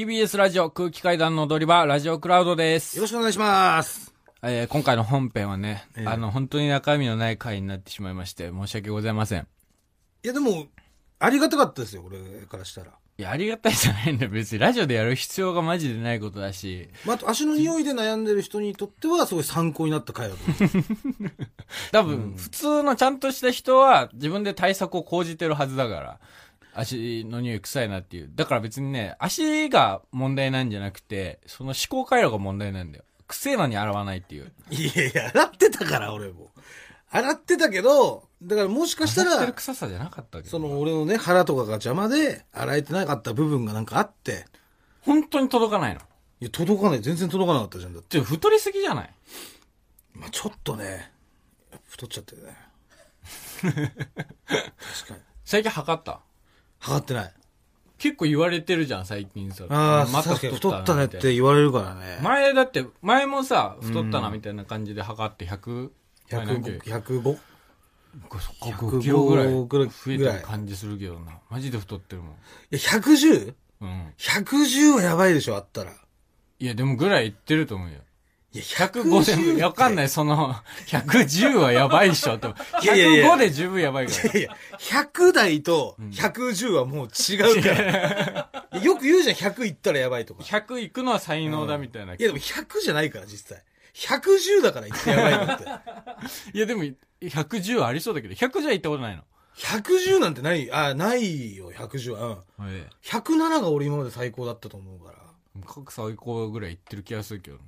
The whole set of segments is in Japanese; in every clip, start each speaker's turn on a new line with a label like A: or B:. A: TBS ラジオ空気階段の踊り場、ラジオクラウドです
B: よ。ろしくお願いします。
A: えー今回の本編はね、
B: ええ
A: あの、本当に中身のない回になってしまいまして、申し訳ございません。
B: いや、でも、ありがたかったですよ、俺からしたら。
A: いや、ありがたいじゃないんだよ。別にラジオでやる必要がマジでないことだし。
B: まあ、あと足の匂いで悩んでる人にとっては、すごい参考になった回だと思う。
A: 多分、普通のちゃんとした人は自分で対策を講じてるはずだから。足の匂い臭いなっていう。だから別にね、足が問題なんじゃなくて、その思考回路が問題なんだよ。臭いのに洗わないっていう。
B: いやいや、洗ってたから、俺も。洗ってたけど、だからもしかした
A: 洗ってる
B: ら、
A: 臭さじゃなかったけど。
B: その俺のね、腹とかが邪魔で、洗えてなかった部分がなんかあって、
A: 本当に届かないの。
B: いや、届かない、全然届かなかったじゃん、だって。
A: ちょ、太りすぎじゃない
B: まあ、ちょっとね、太っちゃってるね。確か に。
A: 最近測った
B: 測ってない。
A: 結構言われてるじゃん、最近さ。
B: ああ、
A: また
B: 確かに太ったねっ
A: み
B: て
A: たい
B: 言われるからね
A: な。。前だって、前もさ、太ったなみたいな感じで測って100、
B: 105 105?
A: 5キロぐらい
B: 105
A: 増
B: ぐらい
A: えてる感じするけどな。マジで太ってるもん。
B: いや、110?110
A: うん。
B: はやばいでしょ、あったら。い
A: いや、でもぐらいいってると思うよ。
B: や、。
A: 105で、わかんないい、その、110はやばいっしょ、と。
B: いやいやいや
A: 105で十分やばいから。
B: いや、100台と110はもう違うから。いやよく言うじゃん、100いったらやばいとか。
A: 100いくのは才能だみたいな。い
B: いや、でも100じゃないから、実際。110だからいってやばいんだって。
A: や、でも、110ありそうだけど、110は行ったことないの。
B: 110なんてない、あ、ないよ、110は。うん。
A: え
B: 107が俺今まで最高だったと思うから。
A: え。各最高ぐらい行ってる気がするけどね。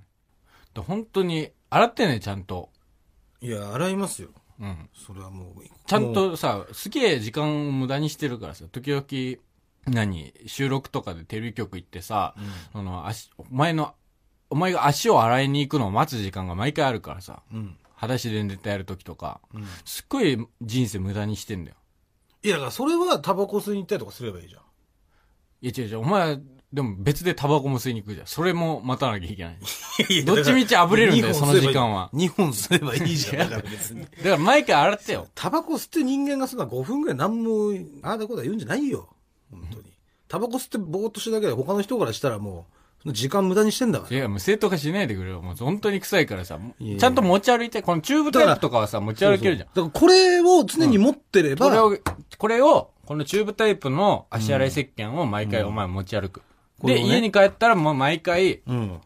A: だ本当に、洗ってね、ちゃんと。
B: いや、洗いますよ。
A: うん。
B: それはもう。
A: ちゃん
B: もう。
A: とさ、すげえ時間を無駄にしてるからさ、時々、何、収録とかでテレビ局行ってさ、その足、お前の、お前が足を洗いに行くのを待つ時間が毎回あるからさ、
B: うん。
A: 裸足でネタやる時とか、
B: うん。
A: すっごい人生無駄にしてんだよ。
B: いや、だからそれはタバコ吸いに行ったりとかすればいいじゃん。
A: いや違う違う、お前、でも別でタバコも吸いに行くじゃん。それも待たなきゃいけない。どっちみちあぶれるんだよその時間は
B: 2本すればいいじゃん。だから別に。
A: だから毎回洗ってよ。
B: タバコ吸って人間がするのは5分ぐらい何も、ああだこうだ言うんじゃないよ。本当に。タバコ吸ってぼーっとしてるだけで他の人からしたらもう、その時間無駄にしてんだか
A: い
B: ら。
A: や、もう正当化しないでくれよ。もう本当に臭いからさ
B: いやい、や
A: ちゃんと持ち歩いて、このチューブタイプとかはさ、持ち歩けるじゃん。
B: そうそうだからこれを常に持ってれば、
A: これを、これを、このチューブタイプの足洗い石鹸を毎回お前持ち歩く。
B: うん
A: で、
B: これをね
A: 家に帰ったらもう毎回、
B: うん。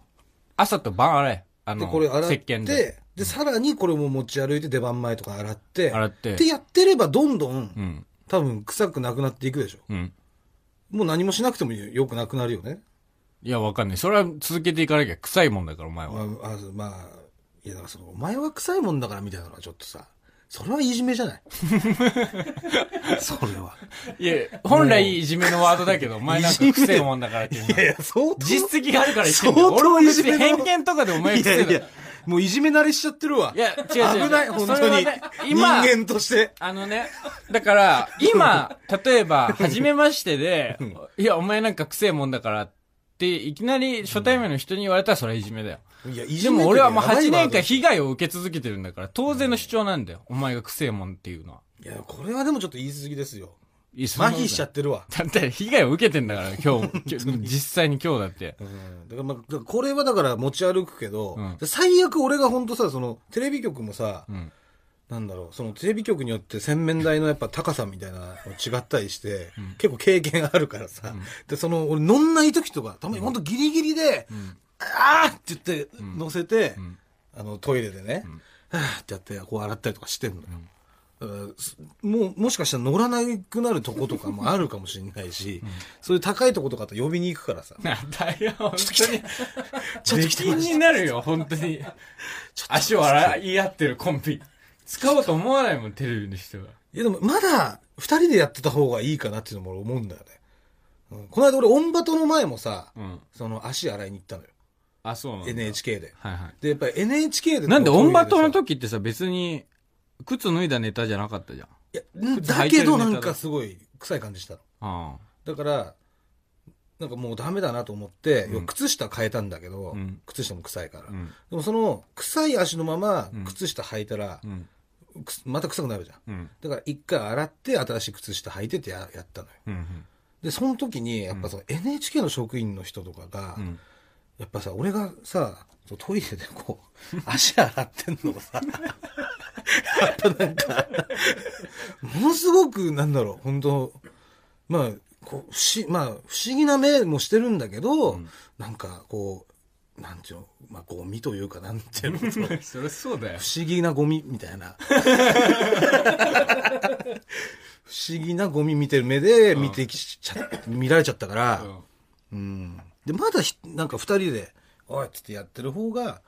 A: 朝と晩洗え。あ
B: で、
A: の、
B: これ洗っ
A: 石
B: て、
A: 鹸で。
B: で、さらにこれも持ち歩いて出番前とか洗って、
A: 洗っ。
B: っててやってればどんど、
A: うんん。
B: 多分臭くなくなっていくでしょ。
A: うん。
B: もう何もしなくてもよくなくなるよね。
A: いや、わかんない。それは続けていかなきゃ臭いもんだから、お前は。
B: まあ、あまあ、いや、だからその、お前は臭いもんだからみたいなのはちょっとさ、それはいじめじ ゃないそれは。
A: いや、本来いじめのワードだけど、お前なんか臭いもんだからっていうの
B: いやいや、相当。
A: 実績があるから言ってんだよ。
B: 相
A: 俺
B: 当
A: も
B: い
A: 別
B: じめ
A: に
B: の
A: 偏見とかでお前
B: いや
A: 臭い
B: い
A: だ
B: や、もういじめ慣れしちゃってるわ。
A: いや、違う違う違う。
B: 危ない、本
A: それ
B: 当
A: は
B: に。
A: ね今、
B: 人間として。
A: あのね、だから、今、例えば、初めましてで、いや、お前なんか臭いもんだからって、いきなり初対面の人に言われたらそれはいじめだよ。
B: いや、い
A: でも俺はもう8年間
B: い
A: 被害を受け続けてるんだから、当然の主張なんだよ。お前が臭いもんっていうのは。
B: や、これはでもちょっと言い過ぎですよ。
A: いやそんな
B: 麻
A: ことない
B: 痺しちゃってるわ。
A: だって被害を受けてんだから、 今日、今日実際に今日だって。
B: うん、だからまあだからこれはだから持ち歩くけど、
A: うん
B: 最悪俺が本当さ、その、テレビ局もさ、
A: うん。
B: なんだろう、そのテレビ局によって洗面台のやっぱ高さみたいなの違ったりして、結構経験あるからさ、で、その、俺乗んない時とか、たまにほんとギリギリで、あーって言って乗せて、あの、トイレでね、はーってやって、こう洗ったりとかしてんのよ。だからすもう、もしかしたら乗らなくなるとことかもあるかもしれないし、そういう高いとことかと呼びに行くからさ、
A: なんだよ、本当に。
B: ちょっと来て
A: 出禁になるよ、本当に。足を洗い合ってるコンビ。使おうと思わないもん、テレビの人が。
B: いやでもまだ二人でやってた方がいいかなっていうのも俺思うんだよね。うんこの間俺、オンバトの前もさ、
A: うん。
B: その足洗いに行ったのよ。
A: あ、そうなんだ。
B: NHK で。
A: はいはい。
B: で、やっぱり NHK で。
A: なんで、
B: こう
A: オンバトの
B: トイ
A: 時ってさ、別に、靴脱いだネタじゃなかったじゃん。
B: レでさいやん
A: 靴履
B: だ
A: いてる
B: けど
A: ネタ
B: な
A: だ
B: んかすごい臭い感じしたの。
A: あ
B: だから、なんかもうダメだなと思って、
A: うん
B: 靴下変えたんだけど、
A: うん
B: 靴下も臭いから。
A: あ。うん。
B: でもその、臭い足のまま
A: うん
B: 靴下履いたら
A: う、ん。
B: くすまた臭くなるじゃん。
A: うん。
B: だから一回洗って新しい靴下履いてってややったのよ。
A: うん。
B: で、その時に、やっぱその NHK の職員の人とかが、
A: ん
B: やっぱさ、俺がさ、トイレでこう、足洗ってんのがさ、やっぱなんか、ものすごく、なんだろう、本当まあ、こう、不思、まあ、不思議な目もしてるんだけど、なんか、こう、なんていうの、まあ、ゴミというか、なんていうの、その
A: そりゃそうだよ。
B: 不思議なゴミみたいな。不思議なゴミ見てる目で見てきちゃ、見られちゃったから、うん。で、まだひなんか二人で、おいっつってやってる方が、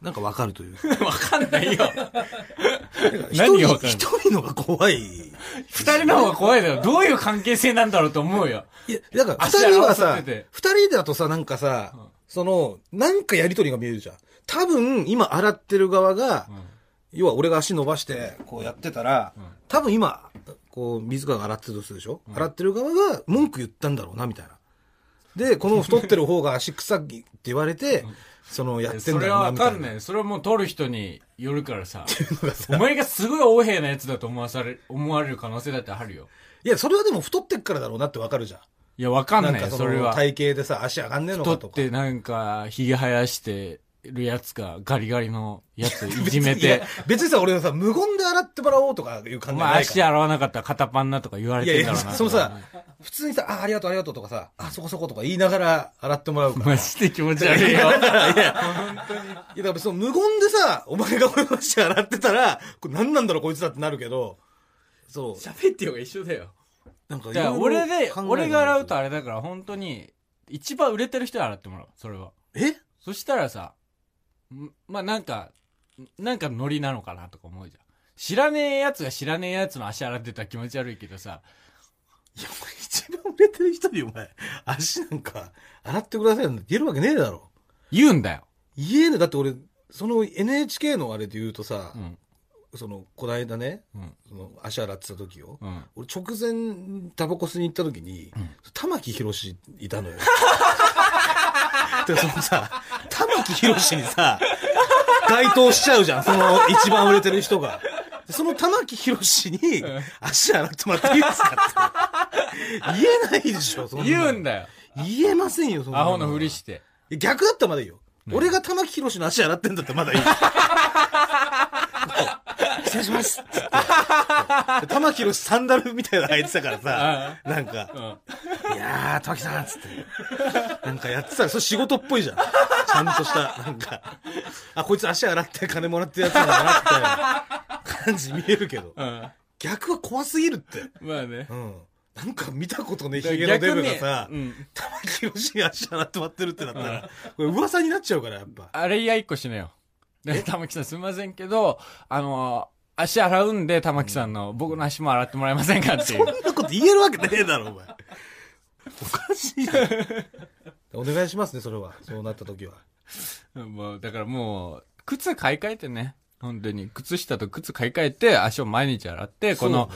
B: なんかわかるというか。
A: わかんないよ。
B: 一
A: 何
B: 人
A: がわかる
B: 一人のが怖い。い
A: 二人の方が怖いだろ。どういう関係性なんだろうと思うよ。
B: や、だから二人
A: 足
B: は
A: 洗わ
B: さ
A: せてて、
B: 二人だとさ、なんかさ、その、なんかやりとりが見えるじゃん。多分、今洗ってる側が、要は俺が足伸ばして、こうやってたら、多分今、こう、水川が洗ってるとするでしょ、洗ってる側が文句言ったんだろうな、みたいな。で、この太ってる方が足臭いって言われて、その、やってん
A: そ
B: だ
A: れ
B: ろう
A: は
B: な、
A: わ
B: みた
A: か
B: い
A: ん
B: な。
A: ない。それはもう撮る人によるから さ。お前がすごい横柄なやつだと思わされ、思われる可能性だってあるよ。
B: いや、それはでも太ってっからだろうなってわかるじゃん。
A: いや、わかん
B: な
A: なんい
B: か
A: よ、
B: そ
A: それ
B: の
A: は。
B: 体型でさ、足上がんねえの
A: 太
B: か
A: っ
B: とか。
A: てなんか、ひげ生やしてるやつか、ガリガリのやついじめ
B: いや
A: て。
B: 別にさ、俺はさ、無言で洗ってもらおうとかいう考
A: お
B: え
A: 前
B: ない
A: 足
B: から。
A: 洗わなかったら肩パンなとか言われ
B: いや
A: て
B: い
A: んだ
B: や、
A: ろうな。
B: そのさ、普通にさ、あ、ありがとうありがとうとかさ、あ、そこそことか言いながら洗ってもらうから。
A: マジで気持ち 悪いよ。
B: いや、だからその無言でさ、お前が俺の足洗ってたら、これ何なんだろうこいつだってなるけど、そう。
A: 喋ってよが一緒だよ。
B: なんか
A: だから俺で、俺が洗うと
B: あ
A: あれだから、本当に、一番売れてる人に洗ってもらう、それは。
B: え
A: そしたらさ、んまあなんか、なんかノリなのかなとか思うじゃん。知らねえやつが知らねえやつの足洗ってたら気持ち悪いけどさ、
B: いや、お前一番売れてる人にお前、足なんか洗ってくださいなんて言えるわけねえだろ。
A: 言うんだよ。
B: 言えねえ。だって俺、その NHK のあれで言うとさ、
A: うん。
B: その、こないだね、
A: うん。
B: その足洗ってた時よ。
A: うん。
B: 俺直前タバコ吸いに行った時に、玉木宏いたのよ。 でそのさ、玉木宏にさ、該当しちゃうじゃん、その一番売れてる人が。でその玉木宏に、足洗ってもらっていいですかって。言えないでしょ、そんな
A: 言うんだよ。
B: 言えませんよ、そんな
A: アホのふりして。
B: 逆だったらまだいいよ。俺が玉木宏の足洗ってんだったらまだいい。失礼しますっつって。玉木宏サンダルみたいなの履いてたからさ、なんか、いやー、玉木さんっつって。なんかやってたら、それ仕事っぽいじゃん。ちゃんとした、なんか、あ、こいつ足洗って金もらってるやつなんだなって感じ見えるけど。
A: うん。ま
B: 逆は怖すぎるって。
A: あね
B: う。ん。なんか見たことねえヒゲのデブがさ、
A: 逆にうん
B: 玉木宏が足洗ってまってるってなったら、これ噂になっちゃうから、やっぱ。
A: あれ以外一個しなよ。で、玉木さんすみませんけど、あの、足洗うんで、玉木さんの、僕の足も洗ってもらえませんかってい
B: こん
A: う。
B: なこと言えるわけねえだろ、お前。おかしいだろお願いしますね、それは。そうなった時は。
A: もう、だからもう、靴買い替えてね。本当に。靴下と靴買い替えて、足を毎日洗って、この、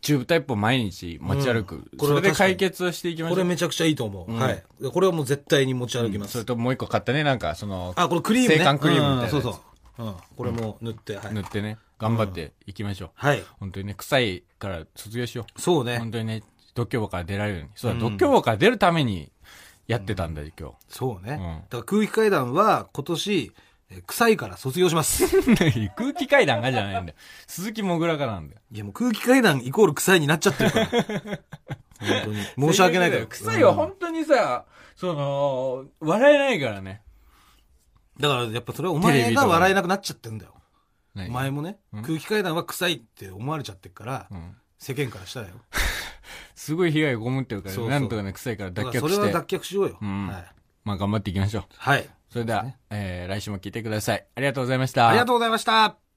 A: チューブタイプを毎日持ち歩く。
B: うんこ
A: こ
B: れ
A: れ
B: は確か
A: で
B: に
A: 解決をしていきましょ
B: こ
A: う。
B: れめちゃくちゃいいと思う。はい。これはもう絶対に持ち歩きま
A: そ
B: す。
A: れともう一個買ったね、なんか、その、
B: あ、これクリームね。
A: 制汗クリームみたいなや
B: うん
A: つ
B: そうそう。うん。これも塗って、はい
A: 塗。ってね、頑張っていきましょう。
B: はい。
A: 本当にね、臭いから卒業しよう。
B: そうね
A: 本。当にね、独協棒から出られるように。そうだ、独協棒から出るためにやってたんだよ、今
B: そうね。だ
A: ん
B: から空気階段は今年、えー臭いから卒業します。
A: 日。 空気階段がじゃないんだよ。鈴木もぐらがなんだよ。
B: いやもう空気階段イコール臭いになっちゃって るから。本当に。申し訳ないけど。
A: 臭いは
B: うん
A: 本当にさ、その、笑えないからね。
B: だからやっぱそれはお
A: テレ
B: 前
A: ビと
B: が
A: か
B: 笑えなくなっちゃってんだよ。
A: 何
B: お前もね、空気階段は臭いって思われちゃってるから、
A: ん
B: 世間からしたらよ。
A: すごい被害をこもってるから、
B: そうそう
A: なんとかね、臭いから
B: だ
A: 脱
B: か
A: 却
B: らそれ
A: し
B: は
A: て。
B: 脱却しようよ。
A: ん
B: はい。
A: まあ、頑張っていきましょう。
B: はい。
A: それでは、えー、来週も聞いてください。ありがとうございました。
B: ありがとうございました。